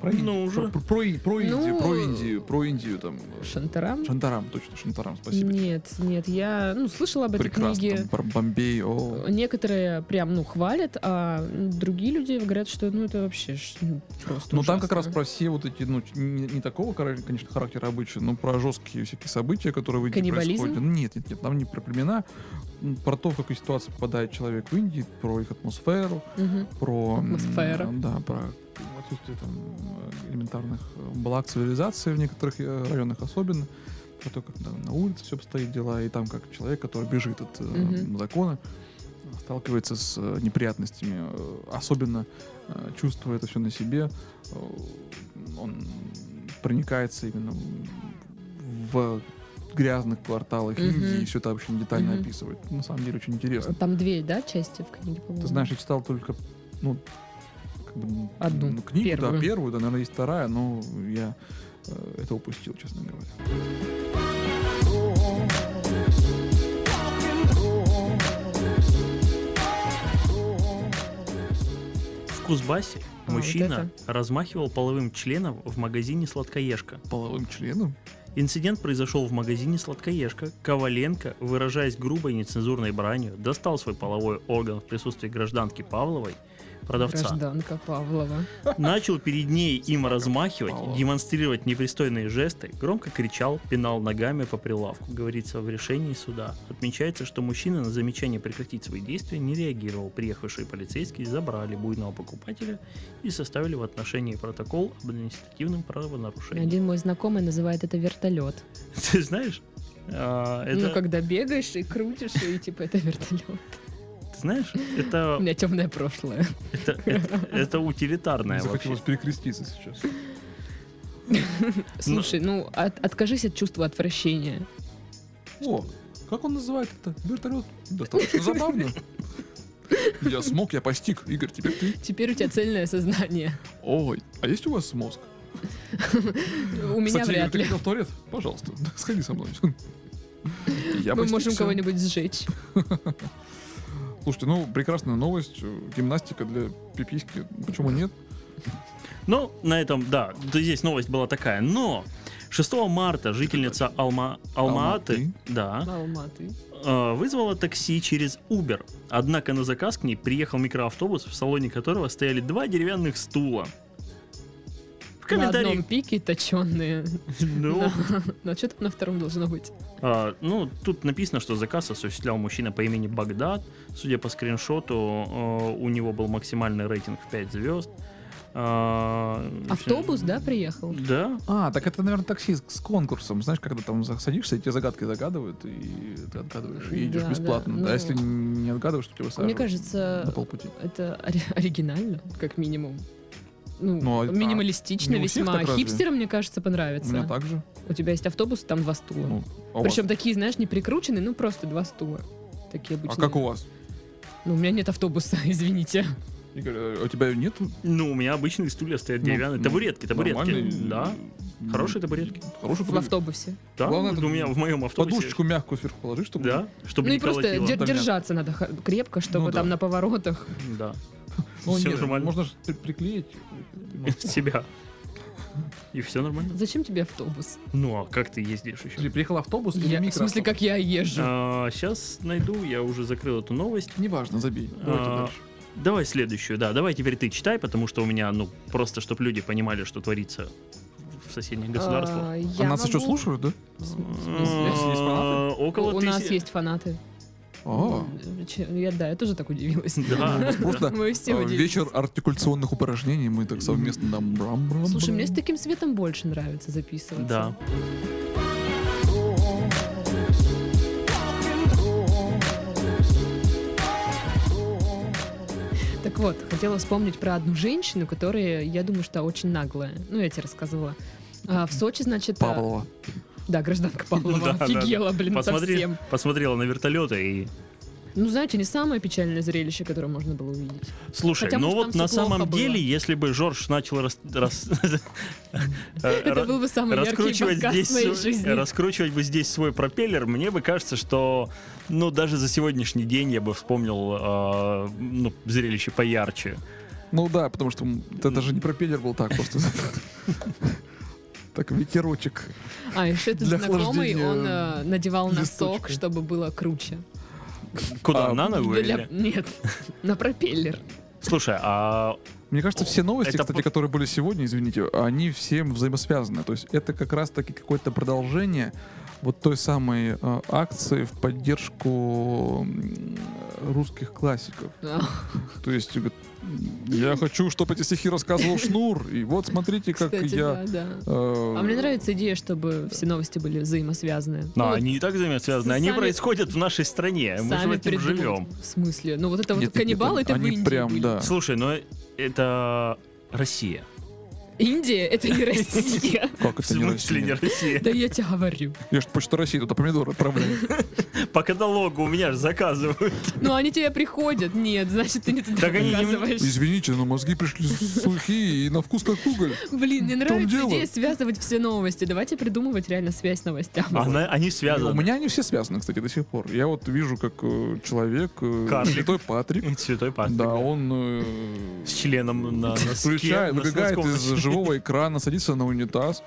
Про
Ну,
Индию.
уже.
Про, про И- про Индию,
Ну,
про Индию, про Индию там. э,
Шантарам?
Шантарам, точно, Шантарам, спасибо.
Нет, нет, я ну, слышала об этой
Прекрасно.
книге.
там, про Бомбей, о.
Некоторые прям, ну, хвалят, а другие люди говорят, что, ну, это вообще ж, ну, просто
Ну там как раз
ужасно.
про все вот эти, ну, не, не такого, кара- конечно, характера обычаи, но про жесткие всякие события, которые в Индии
Каннибализм?
происходят. Нет, нет, нет, там не про племена, м, про то, в какую ситуацию попадает человек в Индии, про их атмосферу,
Мгм.
про... м,
Атмосфера.
Да, про отсутствие там э, элементарных э, благ цивилизации в некоторых э, районах особенно, про то, как да, на улице все обстоит дела, и там как человек, который бежит от э,
Мгм.
закона, э, сталкивается с э, неприятностями, э, особенно э, чувствуя это все на себе, э, он проникается именно в грязных кварталах
Мгм.
Индии, и все это очень детально
Мгм.
описывает. На самом деле очень интересно.
Там две, да, части в книге, по-моему?
Ты знаешь, я читал только, ну, как бы, м,
Одну,
ну, книгу,
первую.
да, первую, да, наверное, есть вторая, но я э, это упустил, честно говоря.
В Кузбассе
А, вот
мужчина размахивал половым членом в магазине «Сладкоежка».
Половым членом?
Инцидент произошел в магазине «Сладкоежка». Коваленко, выражаясь грубой нецензурной бранью, достал свой половой орган в присутствии гражданки Павловой, продавца,
Гражданка Павлова.
начал перед ней им размахивать,
Павлова.
демонстрировать непристойные жесты, громко кричал, пинал ногами по прилавку, говорится в решении суда. Отмечается, что мужчина на замечание прекратить свои действия не реагировал. Приехавшие полицейские забрали буйного покупателя и составили в отношении протокол об административном правонарушении.
Один мой знакомый называет это вертолет.
Ты знаешь, а, это,
Ну, когда бегаешь и крутишь, и типа это вертолет.
ты знаешь,
У
это,
меня темное прошлое.
это, это, это утилитарное
Мне
вообще.
захотелось перекреститься сейчас.
Слушай, ну от- откажись от чувства отвращения.
О, как он называет это? Вертолет? Достаточно забавно. Я смог, я постиг. Игорь, теперь ты.
Теперь у тебя цельное сознание.
Ой, а есть у вас мозг?
У меня
Кстати, Игорь,
вряд
ты
ли.
хотел в туалет? Пожалуйста, сходи со мной. Я
Мы
постиг
можем
всё.
кого-нибудь сжечь.
Слушайте, ну, прекрасная новость. э, Гимнастика для пиписьки. Почему нет?
Ну, на этом, да, да, здесь новость была такая. Но 6 марта жительница Алма, Алматы,
Алматы.
да,
Алматы.
э, вызвала такси через Uber. Однако на заказ к ней приехал микроавтобус, в салоне которого стояли два деревянных стула. В
На одном
комментариях...
пике точенные.
Ну,
Ну, а что там на втором должно быть?
А, ну, тут написано, что заказ осуществлял мужчина по имени Багдад. Судя по скриншоту, э, у него был максимальный рейтинг в 5 звезд. А,
Автобус, да, приехал?
Да.
А, так это, наверное, такси с, с конкурсом. Знаешь, когда там за- садишься, и тебе загадки загадывают, и ты отгадываешь, и идешь
Да, да,
бесплатно.
ну-
А если не отгадываешь, то тебя
Мне
высаживают на
кажется,
полпути.
это ори- оригинально, как минимум. Ну,
Ну, а-
минималистично
не у всех
весьма.
так разве?
Хипстерам, мне кажется,
У
понравится.
меня так же.
У тебя есть автобус, там два стула.
Ну, а у вас?
Причем такие, знаешь, не прикрученные, ну просто два стула. Такие
А
обычные.
как у вас?
Ну, у меня нет автобуса, извините.
Игорь, а у тебя нет?
Ну, у меня обычные стулья стоят
Ну,
деревянные. табуретки, табуретки. Да. Хорошие табуретки.
Хорошие
В
табуретки.
автобусе.
Да,
Главное,
вот
это
у меня в моем автобусе.
Подушечку мягкую сверху положи, чтобы...
Да, чтобы
ну
не
и просто
колотило.
дер-
Да,
держаться надо ха- крепко, чтобы
Ну да.
там на поворотах.
Да.
Ну,
Всё
не,
нормально.
Можно же при- приклеить.
Себя. И все нормально.
Зачем тебе автобус?
Ну, а как ты ездишь еще?
Подожди, Приехал автобус или
Я- в смысле,
микроавтобус?
как я езжу.
А, Сейчас найду, я уже закрыл эту новость.
Неважно, забей. Давайте
А,
дальше.
Давай следующую, да. Давай теперь ты читай, потому что у меня, ну, просто, чтобы люди понимали, что творится в соседних государствах.
А,
А
я
нас еще
могу-
слушают, да?
В см- в смысле?
есть
Э,
фанаты?
Около
У нас
тысячи-
есть фанаты.
А,
Че- Я, да, я тоже так удивилась.
Да.
Просто
Мы
э,
все удивились.
вечер артикуляционных упражнений, мы так совместно там брам-брам.
Слушай, мне с таким светом больше нравится записываться.
Да.
Так вот, хотела вспомнить про одну женщину, которая, я думаю, что очень наглая. Ну, я тебе рассказывала. А, в Сочи, значит... а-
Павлова.
Да, гражданка Павлова.
Да, да.
Офигела, блин,
Посмотри,
совсем.
посмотрела на вертолеты и...
Ну, знаете, не самое печальное зрелище, которое можно было увидеть.
Слушай,
Хотя,
ну
может,
вот
там всё
на самом
плохо было.
деле, если бы Жорж начал рас- рас- э,
Это
ра-
был бы самый яркий
раскручивать
подкаст
здесь,
в моей
свой-
жизни.
раскручивать бы здесь свой пропеллер, мне бы кажется, что, ну даже за сегодняшний день я бы вспомнил, а, ну зрелище поярче.
Ну да, потому что м, это даже не пропеллер был так просто. Так, ветерочек.
А, еще этот
Для
знакомый,
охлаждения
он э, надевал носок,
листочка.
чтобы было круче.
Куда
А,
на ногу
Да для-
или?
Нет, на пропеллер.
Слушай, а
Мне кажется, все новости,
Это
кстати,
по-
которые были сегодня, извините, они все взаимосвязаны. То есть это как раз-таки какое-то продолжение вот той самой э, акции в поддержку м, русских классиков.
Ах,
То есть говорит, я хочу, чтобы эти стихи рассказывал Шнур, и вот смотрите, как
Кстати,
я...
да, да.
э,
А мне нравится идея, чтобы все новости были взаимосвязаны. Ну,
а
вот
они и так взаимосвязаны, они
сами-
происходят в нашей стране, Э, мы же в
сами
этом
придумают.
живем.
В смысле? Ну вот это вот
нет, нет,
каннибалы,
нет,
это в
Они
Индии
прям,
были.
да.
Слушай, но это Россия.
Индия — это не Россия.
Как
В
это не
смысле не
Россия?
Россия?
Да я тебе говорю.
Я же почту России туда помидоры отправляю.
По каталогу у меня же заказывают.
Ну они тебе приходят. Нет, значит, ты не туда
Так они не-
заказываешь.
Извините, но мозги пришли сухие и на вкус как уголь.
Блин, мне
В том
нравится
дело.
идея связывать все новости. Давайте придумывать реально связь новостям.
Она- Они
Ну У
связаны.
меня они все связаны, кстати, до сих пор. Я вот вижу, как э, человек, э,
Карлик.
святой Патрик,
Святой Патрик.
да, он э,
С членом на носке.
включает,
на- с
выбегает
носком на
из
члене.
живого экрана, садится на унитаз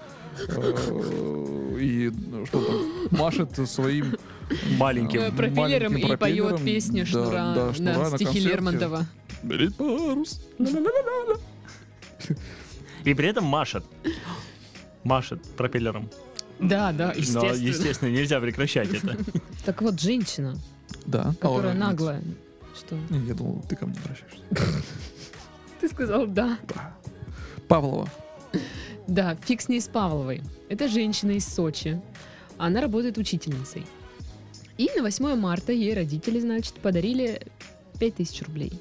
э, и ну, что там, машет своим
Маленьким.
Э, Пропеллером
маленьким
и поет
пропеллером.
песню
Да,
Шнура
да, Шнура
на
на
стихи
концерте.
Лермонтова.
«Берет парус».
И при этом машет. Машет пропеллером.
Да, да,
Но,
естественно.
естественно, нельзя прекращать это.
Так вот, женщина,
Да.
которая
А,
наглая. Что?
Не, я думал, ты ко мне обращаешься.
Ты сказал да.
Павлова.
Да, фиг с ней с Павловой. Это женщина из Сочи. Она работает учительницей. И на 8 марта ей родители, значит, подарили 5000 рублей.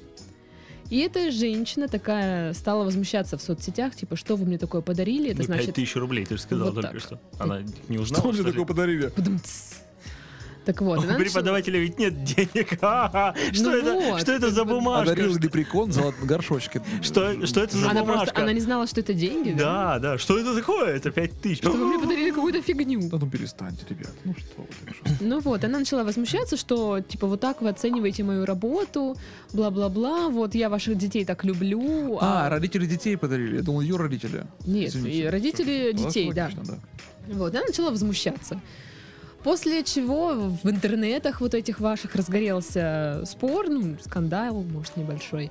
И эта женщина такая стала возмущаться в соцсетях, типа, что вы мне такое подарили? Это
Ну, пять
значит...
тысяч рублей, ты же сказал
вот
только
так.
что. Она не узнала,
Что мне
что ли?
такое подарили?
Бдумц. Так вот,
У
она начала-
преподавателя ведь нет денег. Ха-ха. Что
Ну
это?
вот,
Что это за
как бы-
бумажка?
Подарил А лепрекон золот горшочки.
Что что это за
Она просто она
бумажка?
не знала, что это деньги.
Да, да. Что это такое? Это пять тысяч.
Что вы мне подарили какую-то фигню.
Да ну перестаньте, ребят. Ну что вы так жестко.
Ну вот, она начала возмущаться, что типа вот так вы оцениваете мою работу, бла-бла-бла, вот я ваших детей так люблю.
А, родители детей подарили. Я думал, ее родители.
Нет, и родители
Всё,
детей, да.
логично,
Вот, она начала возмущаться. После чего в интернетах вот этих ваших разгорелся спор, ну, скандал, может, небольшой.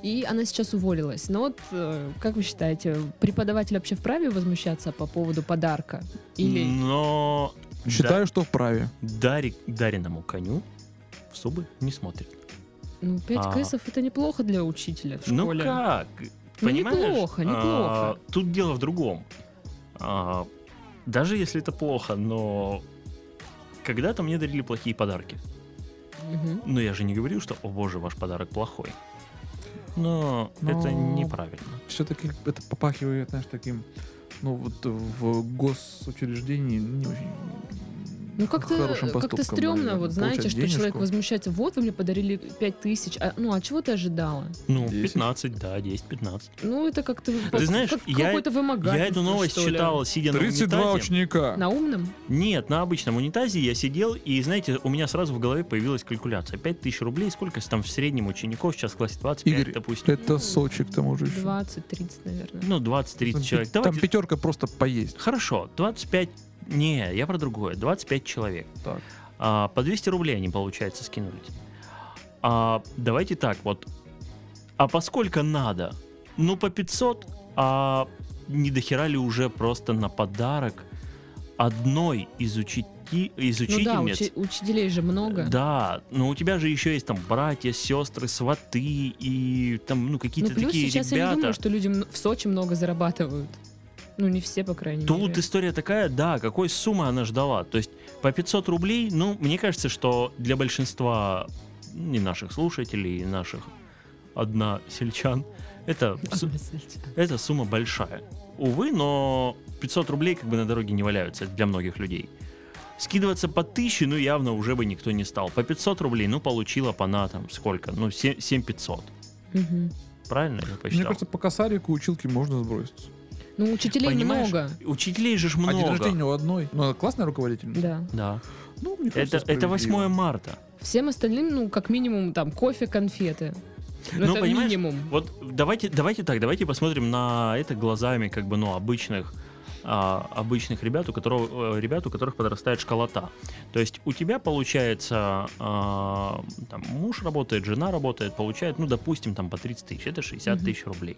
И она сейчас уволилась. Но вот, э, как вы считаете, преподаватель вообще вправе возмущаться по поводу подарка? Или...
Но
Считаю, что вправе.
да- Дарик Дариному коню в зубы не смотрит.
Ну, 5
А.
кэсов — это неплохо для учителя в
Ну
школе.
как?
Ну,
Понимаешь?
неплохо, неплохо.
А, Тут дело в другом. А, Даже если это плохо, но когда-то мне дарили плохие подарки.
Мгм.
Но я же не говорю, что, о боже, ваш подарок плохой. Но,
Но-
это неправильно.
Все-таки это попахивает, знаешь, таким... Ну вот в госучреждении не очень
Ну как-то
хорошим
как
поступком,
стрёмно,
наверное,
вот знаете,
получать
что
денежку.
человек возмущается, вот вы мне подарили 5000, а, ну а чего ты ожидала?
Ну,
10.
15, да, 10-15.
Ну это как-то
Ты знаешь,
как
я-
какое-то вымогательство,
Я эту новость
что ли.
читал, сидя на
32
унитазе.
ученика.
На умном?
Нет, на обычном унитазе я сидел, и, знаете, у меня сразу в голове появилась калькуляция. 5000 рублей, сколько там в среднем учеников сейчас в классе 25,
Игорь,
допустим.
Это Сочи, к тому же еще.
20-30, наверное.
Ну, 20-30 человек.
Там
Давайте...
пятерка просто поесть.
Хорошо, 25... Не, я про другое. 25 человек.
Так.
А, по 200 рублей они, получается, скинулись. А, давайте так, вот. А поскольку надо? Ну, по 500, а не дохера ли уже просто на подарок одной из, учити- из
Ну да,
учительниц?
учи- учителей же много. Ну
Да, но у тебя же еще есть там братья, сестры, сваты и там, ну,
ну
какие-то
плюс
такие
сейчас я не
ребята.
думаю, что люди м- в Сочи много зарабатывают. Ну не все, по крайней мере.
Тут история такая, да, какой суммы она ждала. То есть по 500 рублей, ну, мне кажется, что для большинства ну, не наших слушателей, и наших односельчан, это, с- это сумма большая. Увы, но 500 рублей как бы на дороге не валяются для многих людей. Скидываться по 1000, ну, явно уже бы никто не стал. По 500 рублей, ну, получила по на там сколько? Ну, 7500.
Мгм.
Правильно я посчитал?
Мне кажется, по косарику училки можно сброситься.
Ну учителей
Понимаешь,
много.
Учителей же ж
А день
много.
рождения у одной. Ну, она классная руководительница.
Да.
Да.
Ну, мне кажется,
Это, это 8
справедливо.
марта.
Всем остальным, ну, как минимум, там, кофе, конфеты. Ну,
Ну,
это
понимаешь,
минимум.
Вот давайте, давайте так, давайте посмотрим на это глазами как бы, ну, обычных а, обычных ребят, у которого э, ребят, у которых подрастает школота. То есть у тебя получается а, там, муж работает, жена работает, получает, ну, допустим, там по 30 тысяч, это 60
Мгм.
тысяч рублей.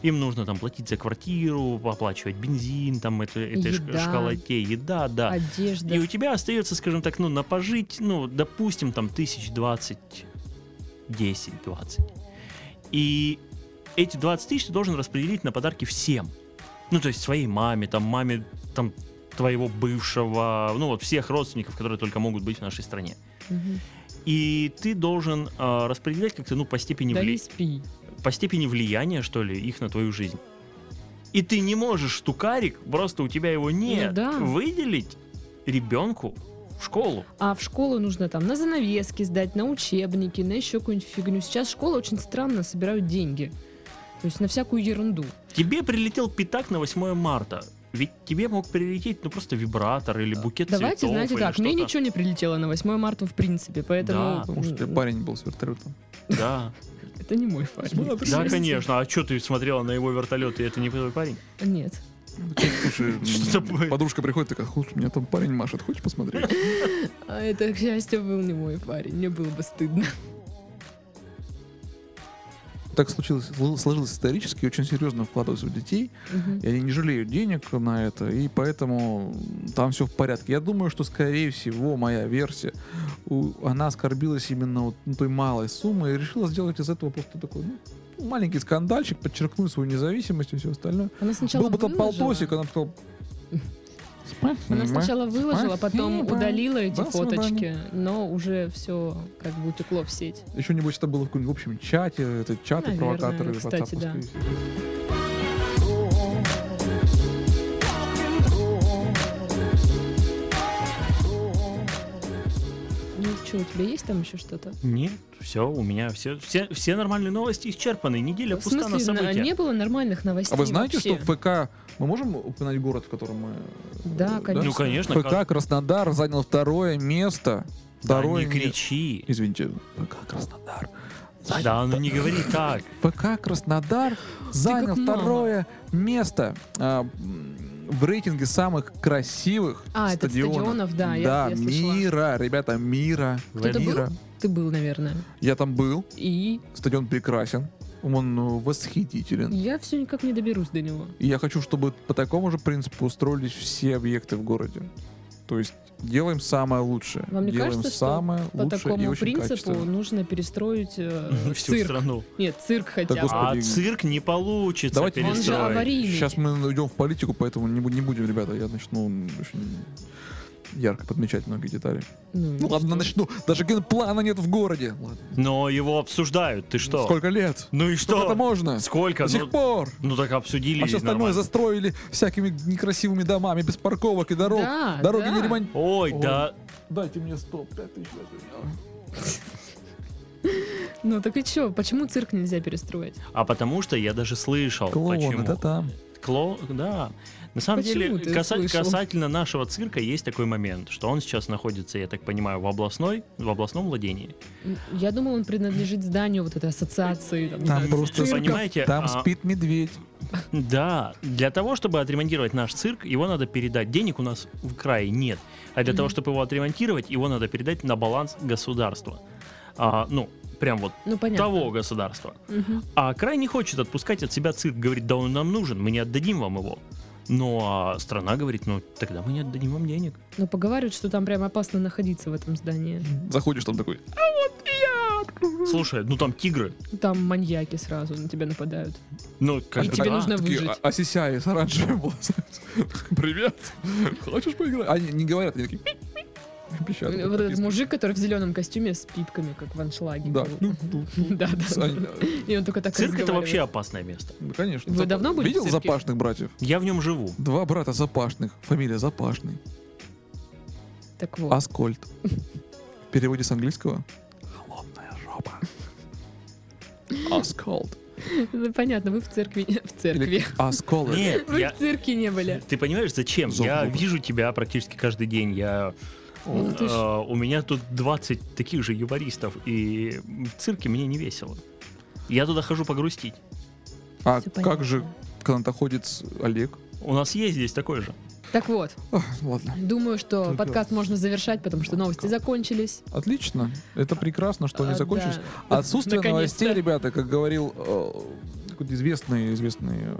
Им нужно там платить за квартиру, оплачивать бензин, там это, этой шк-
Еда.
школоте, еда, да.
Одежда.
И у тебя остается, скажем так, ну, на пожить, ну, допустим, там, тысяч двадцать, десять, двадцать. И эти 20 тысяч ты должен распределить на подарки всем. Ну, то есть своей маме, там, маме, там, твоего бывшего, ну, вот всех родственников, которые только могут быть в нашей стране.
Мгм.
И ты должен э, распределять как-то, ну, по степени,
Да
вли-
не спи.
по степени влияния, что ли, их на твою жизнь. И ты не можешь штукарик, просто у тебя его нет,
Ну да.
выделить ребенку в школу.
А в школу нужно там на занавески сдать, на учебники, на еще какую-нибудь фигню. Сейчас школы очень странно собирают деньги. То есть на всякую ерунду.
Тебе прилетел пятак на 8 марта. Ведь тебе мог прилететь, ну, просто вибратор или букет
Давайте,
цветов.
знаете
или
так, мне
что-то.
ничего не прилетело на 8 марта в принципе,
Да,
поэтому...
Потому что у тебя парень был с вертолетом.
Да.
это не мой файл.
Смотри.
Да, конечно. А что ты смотрела на его вертолет, и это не твой парень?
Нет.
Ну, Слушай,
Что такое?
подружка приходит, такая, слушай, меня там парень машет, хочешь посмотреть?
А это, к счастью, был не мой парень. Мне было бы стыдно.
Так случилось, сложилось исторически, очень серьезно вкладываются в детей,
Мгм.
и они не жалеют денег на это, и поэтому там все в порядке. Я думаю, что, скорее всего, моя версия, у- она оскорбилась именно вот, ну, той малой суммы и решила сделать из этого просто такой, ну, маленький скандальчик, подчеркнуть свою независимость и все остальное.
Она сначала
Был бы там
выложила.
полтосик, она бы сказала...
Она
«Спасибо».
сначала выложила, потом
Спасибо.
удалила эти
До свидания.
фоточки, но уже все как бы утекло в сеть.
Еще нибудь это было в каком-нибудь общем чате, это чаты,
Наверное,
провокаторы,
кстати,
WhatsApp,
да.
пускай.
Ну что, у тебя есть там еще что-то?
Нет, все, у меня все, все, все нормальные новости исчерпаны. Неделя
в
пуста на
смысле, на-
события.
не было нормальных новостей
А вы знаете,
вообще?
что ФК... Мы можем упоминать город, в котором мы... э,
Да,
Ну,
конечно.
конечно.
ФК Краснодар занял второе место.
Да,
Второе
не
ме-
кричи.
Извините, ФК Краснодар. занял-
Да, ну не говори так.
ФК Краснодар занял
как мама.
второе место а, м, в рейтинге самых красивых
А, этот
стадионов.
стадионов, да, я- я слышала.
мира, ребята, мира.
Кто-то был?
мира.
Ты был, наверное.
Я там был,
И
стадион прекрасен, он э, восхитителен.
я все никак не доберусь до него.
И я хочу, чтобы по такому же принципу устроились все объекты в городе. То есть делаем самое лучшее.
Вам не
делаем
кажется, что
самое
По
лучшее и
такому
очень
принципу
качественно.
нужно перестроить э,
Всю
цирк.
страну.
Нет, цирк хотя
Да,
бы.
господи,
А цирк не получится
Давайте-
Он же
перестроить.
аварийный.
Сейчас мы уйдем в политику, поэтому не, бу- не будем, ребята. Я начну очень ярко подмечать многие детали.
Ну,
Ну ладно, начну. Даже генплана нет в городе. Ладно.
Но его обсуждают. Ты что?
Сколько лет?
Ну и что?
Сколько это можно?
Сколько?
До
Ну,
сих пор.
ну так обсудили.
А
и
все остальное
нормально.
застроили всякими некрасивыми домами, без парковок и дорог.
Да,
Дороги
да.
не ремонт.
Ой,
Ой.
да.
Дайте мне стоп, пять тысяч. дайте мне.
Ну так и что? Почему цирк нельзя перестроить?
А потому что я даже слышал.
Клоун,
А почему.
это там.
Кло... Да. На самом
Почему
деле,
ты
каса-
услышал?
касательно нашего цирка есть такой момент, что он сейчас находится, я так понимаю, в областной, в областном владении.
М, Я думал, он принадлежит зданию вот этой ассоциации. Там, не
Там
знаю,
просто-
цирков.
Понимаете?
Там
а,
спит медведь.
Да, для того, чтобы отремонтировать наш цирк, его надо передать. Денег у нас в крае нет. А для того, чтобы его отремонтировать, его надо передать на баланс государства. А, ну, прям вот
Ну понятно.
того государства.
Мгм.
А край не хочет отпускать от себя цирк, говорит, да он нам нужен, мы не отдадим вам его. Ну а страна говорит, ну тогда мы не отдадим вам денег.
Но поговаривают, что там прям опасно находиться в этом здании.
Заходишь там такой.
Слушай, ну там тигры.
Там маньяки сразу на тебя нападают.
Ну, как
И А тебе
да.
нужно
такие,
выжить.
а- осисяи с оранжевым волосами. Привет. Хочешь поиграть? Они не говорят, они такие. пищат.
Э, вот этот мужик, который в зеленом костюме с пипками, как в аншлаге.
Да.
был.
Ну, ну, ну.
Да, да.
Сань,
И он только так
Цирк это
разговаривает.
вообще опасное место.
ну, конечно.
Вы
Зап-
давно были в
Видел
цирке?
запашных братьев?
Я в нем живу.
Два брата запашных. Фамилия Запашный.
Так вот.
Аскольд. В переводе с английского. Холодная жопа. Аскольд.
Ну, Понятно, вы в церкви. В церкви.
Или Асколы.
Нет,
Вы
я...
в цирке не были.
Ты понимаешь, зачем?
Зов
я
духа.
вижу тебя практически каждый день. Я
Ну, ты ж-
Э, У меня тут 20 таких же юмористов, и в цирке мне не весело. Я туда хожу погрустить.
А
Всё
как же
понятно.
канатоходец Олег?
У нас есть здесь такой же.
Так вот,
Ах, Ладно.
думаю, что
Так,
подкаст можно завершать, потому что новости
А
закончились.
Отлично. Это прекрасно, что они
А,
закончились.
да.
Отсутствие
Наконец-то.
новостей, ребята, как говорил э, какой-то известный, известный, э,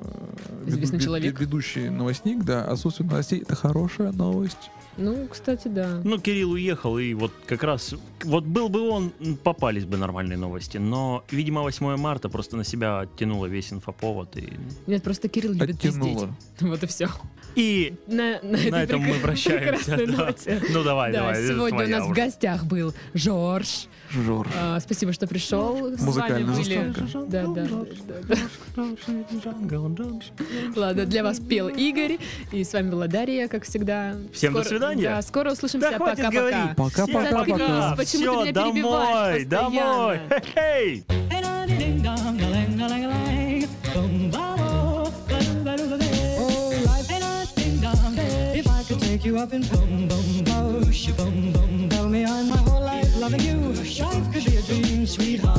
веду-
Известный
вед-
человек.
ведущий новостник, да, отсутствие новостей — это хорошая новость.
Ну, кстати, да.
Ну, Кирилл уехал, и вот как раз... Вот был бы он, м, попались бы нормальные новости. Но, видимо, 8 марта просто на себя оттянуло весь инфоповод. И,
Нет, просто Кирилл любит
Оттянуло.
пиздеть. Вот и все.
и
На, на
на
этой
этом
прекра-
мы прощаемся.
прекрасной
да.
ноте.
Ну, давай,
Да,
давай. это
сегодня у
твоя
нас в
уже.
гостях был Жорж.
Жор.
А, спасибо, что пришел. С вами
Музыкальная
были.
заставка.
Да, да, да, да. Ладно, для вас пел Игорь. И с вами была Дарья, как всегда.
Всем до
Скоро-
свидания.
Да, скоро услышимся.
Да хватит
Пока-пока.
говорить.
Пока,
Всем
пока,
пока.
пока.
Почему ты
Всё,
меня
домой,
перебиваешь
домой.
постоянно?
Хе-хей.
Oh, life ain't a ding dong. If I could take you up in boom boom boom, boom boom boom, tell me I'm my whole life loving you. Life could be a dream, sweetheart.